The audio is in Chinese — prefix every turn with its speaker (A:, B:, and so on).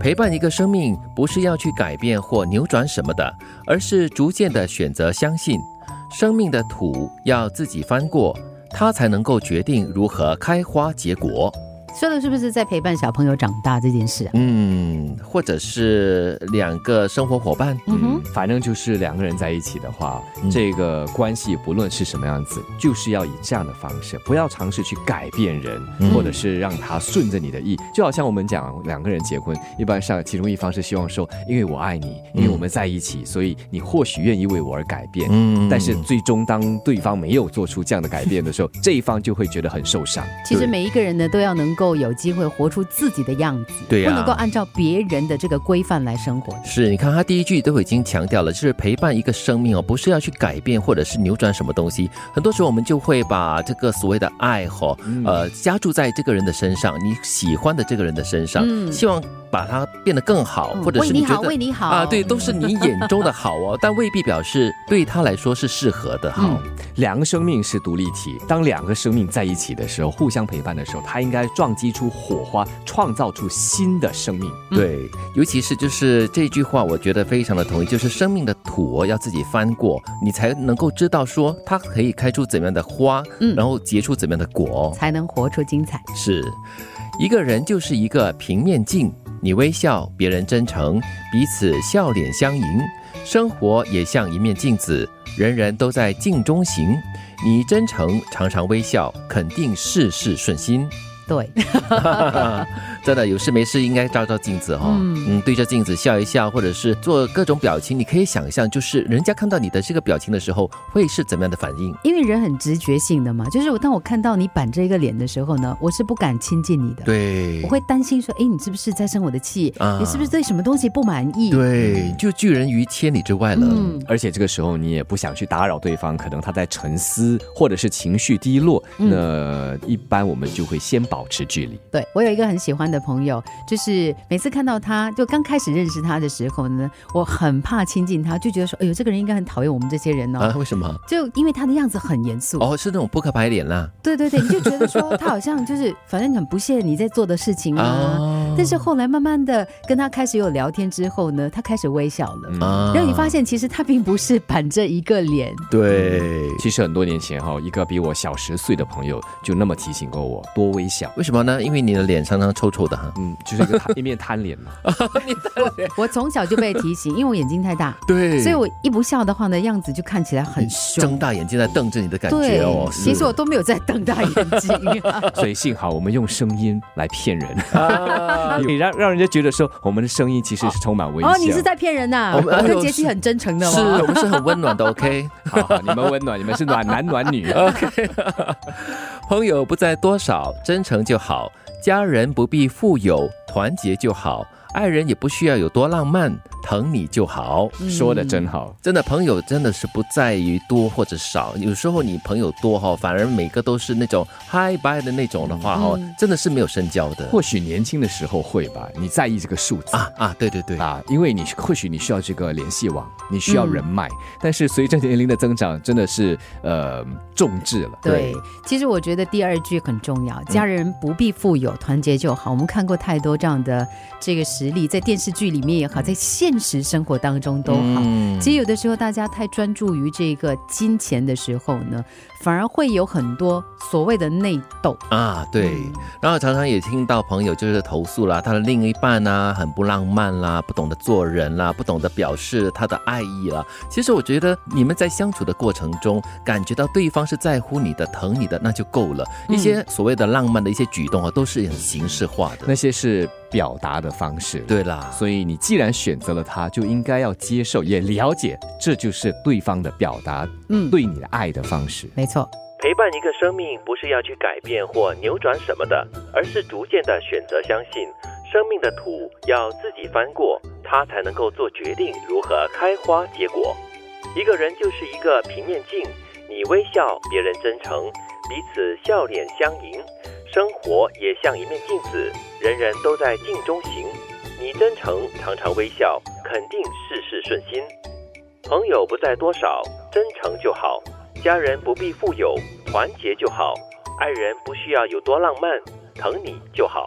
A: 陪伴一个生命，不是要去改变或扭转什么的，而是逐渐的选择相信，生命的土要自己翻过，它才能够决定如何开花结果。
B: 说的是不是在陪伴小朋友长大这件事啊？
A: 嗯，或者是两个生活伙伴，
B: 嗯哼，
C: 反正就是两个人在一起的话，
A: 嗯
C: 这个关系不论是什么样子，就是要以这样的方式，不要尝试去改变人，
A: 嗯
C: 或者是让他顺着你的意。就好像我们讲两个人结婚，一般上其中一方是希望说，因为我爱你，因为我们在一起，所以你或许愿意为我而改变。
A: 嗯
C: 但是最终，当对方没有做出这样的改变的时候，这一方就会觉得很受伤。
B: 其实
A: 对
B: 每一个人呢，都要能够有机会活出自己的样子，
A: 对呀
B: 不能够按照别人的这个规范来生活的。
A: 是，你看他第一句都已经强调了，就是陪伴一个生命哦，不是要去改变或者是扭转什么东西。很多时候我们就会把这个所谓的爱哈、
C: 嗯
A: 呃，加注在这个人的身上，你喜欢的这个人的身上，
B: 嗯
A: 希望把他变得更好，
B: 嗯
A: 哦或者
B: 为
A: 是你
B: 你
A: 觉
B: 好，
A: 得
B: 为你好
A: 啊，对，，都是你眼中的好 哦，但未必表示对他来说是适合的
B: 嗯
A: 好。
C: 好，两个生命是独立体。当两个生命在一起的时候，互相陪伴的时候，它应该撞击出火花，创造出新的生命。
A: 嗯对，尤其是就是这句话，我觉得非常的同意，就是生命的土哦要自己翻过，你才能够知道说它可以开出怎么样的花，
B: 嗯
A: 然后结出怎么样的果哦。
B: 才能活出精彩。
A: 是，一个人就是一个平面镜，你微笑，别人真诚，彼此笑脸相迎。生活也像一面镜子，人人都在镜中行。你真诚，常常微笑，肯定事事顺心。
B: 对，
A: 真的有事没事应该照照镜子哈、哦，
B: 嗯
A: 嗯，对着镜子笑一笑，或者是做各种表情，你可以想象，就是人家看到你的这个表情的时候，会是怎么样的反应？
B: 因为人很直觉性的嘛，就是我当我看到你板着一个脸的时候呢，我是不敢亲近你的。
A: 对
B: 我会担心说，哎，你是不是在生我的气？
A: 啊
B: 你是不是对什么东西不满意？，
A: 对，就拒人于千里之外了。
B: 嗯，
C: 而且这个时候你也不想去打扰对方，可能他在沉思或者是情绪低落，
B: 嗯
C: 那一般我们就会先保持距离。
B: 对我有一个很喜欢的朋友，就是每次看到他，就刚开始认识他的时候呢，我很怕亲近他，就觉得说，哎呦，这个人应该很讨厌我们这些人哦。
A: 啊，为什么？
B: 就因为他的样子很严肃，
A: 哦，是那种扑克牌脸啊啦。
B: 对对对，你就觉得说他好像就是反正很不屑你在做的事 情啊。
A: 哦
B: 但是后来慢慢的跟他开始有聊天之后呢，他开始微笑了，
C: 嗯
A: 啊
B: 让你发现其实他并不是板着一个脸，
A: 对，
C: 嗯其实很多年前哈，一个比我小十岁的朋友就那么提醒过我多微笑。
A: 为什么呢？因为你的脸常常臭臭的哈。
C: 嗯，就是一个贪 一面贪脸嘛。
B: 我从小就被提醒，因为我眼睛太大，
A: 对
B: 所以我一不笑的话呢，样子就看起来很凶。
A: 睁大眼睛在瞪着你的感
B: 对
A: 觉哦，。
B: 其实我都没有在瞪大眼 睛。
C: 所以幸好我们用声音来骗人， 也让让人家觉得说我们的声音其实是充满微
B: 啊
C: 笑。
B: 哦，你是在骗人呐、
A: 我
B: 我
A: 们哎呦
B: 跟杰西很真诚的
A: 是
B: 哦。
A: 我们是很温暖的，OK。
C: 好好，你们温暖，你们是暖男暖 女。
B: 嗯
A: 朋友不在多少，真诚就好；家人不必富有，团结就好；爱人也不需要有多浪漫，疼你就好。
B: 嗯
C: 说的真好，
A: 真的，朋友真的是不在于多或者少，有时候你朋友多哈、反而每个都是那种嗨拜的那种的话哈、
B: 嗯
A: 真的是没有深交的。
C: 或许年轻的时候会吧，你在意这个数字。
A: 啊啊，对对对，
C: 啊，因为你或许你需要这个联系网，你需要
B: 嗯
C: 人脉，但是随着年龄的增长，真的是呃重质了。
B: 对，其实我觉得第二句很重
A: 嗯
B: 要，家人不必富有，团结就好。我们看过太多这样的这个实例，在电视剧里面也好，在现实生活当中都好。
A: 嗯
B: 其实有的时候大家太专注于这个金钱的时候呢，反而会有很多所谓的内斗。
A: 啊，对。
B: 嗯
A: 然后常常也听到朋友就是投诉啦，他的另一半啊很不浪漫啦，不懂得做人啦，不懂得表示他的爱意啦。其实我觉得你们在相处的过程中，感觉到对方是在乎你的、疼你的，那就够了。
B: 嗯
A: 一些所谓的浪漫的一些举动啊，都是很形式化的。
C: 那些是表达的方式。
A: 对啦，
C: 所以你既然选择了他，就应该要接受，也了解，这就是对方的表达
B: 嗯，
C: 对你的爱的方式。
B: 没错。
A: 陪伴一个生命，不是要去改变或扭转什么的，而是逐渐的选择相信，生命的土要自己翻过，它才能够做决定如何开花结果。一个人就是一个平面镜，你微笑，别人真诚，彼此笑脸相迎。生活也像一面镜子，人人都在镜中行。你真诚，常常微笑，肯定事事顺心。朋友不在多少，真诚就好；家人不必富有，团结就好；爱人不需要有多浪漫，疼你就好。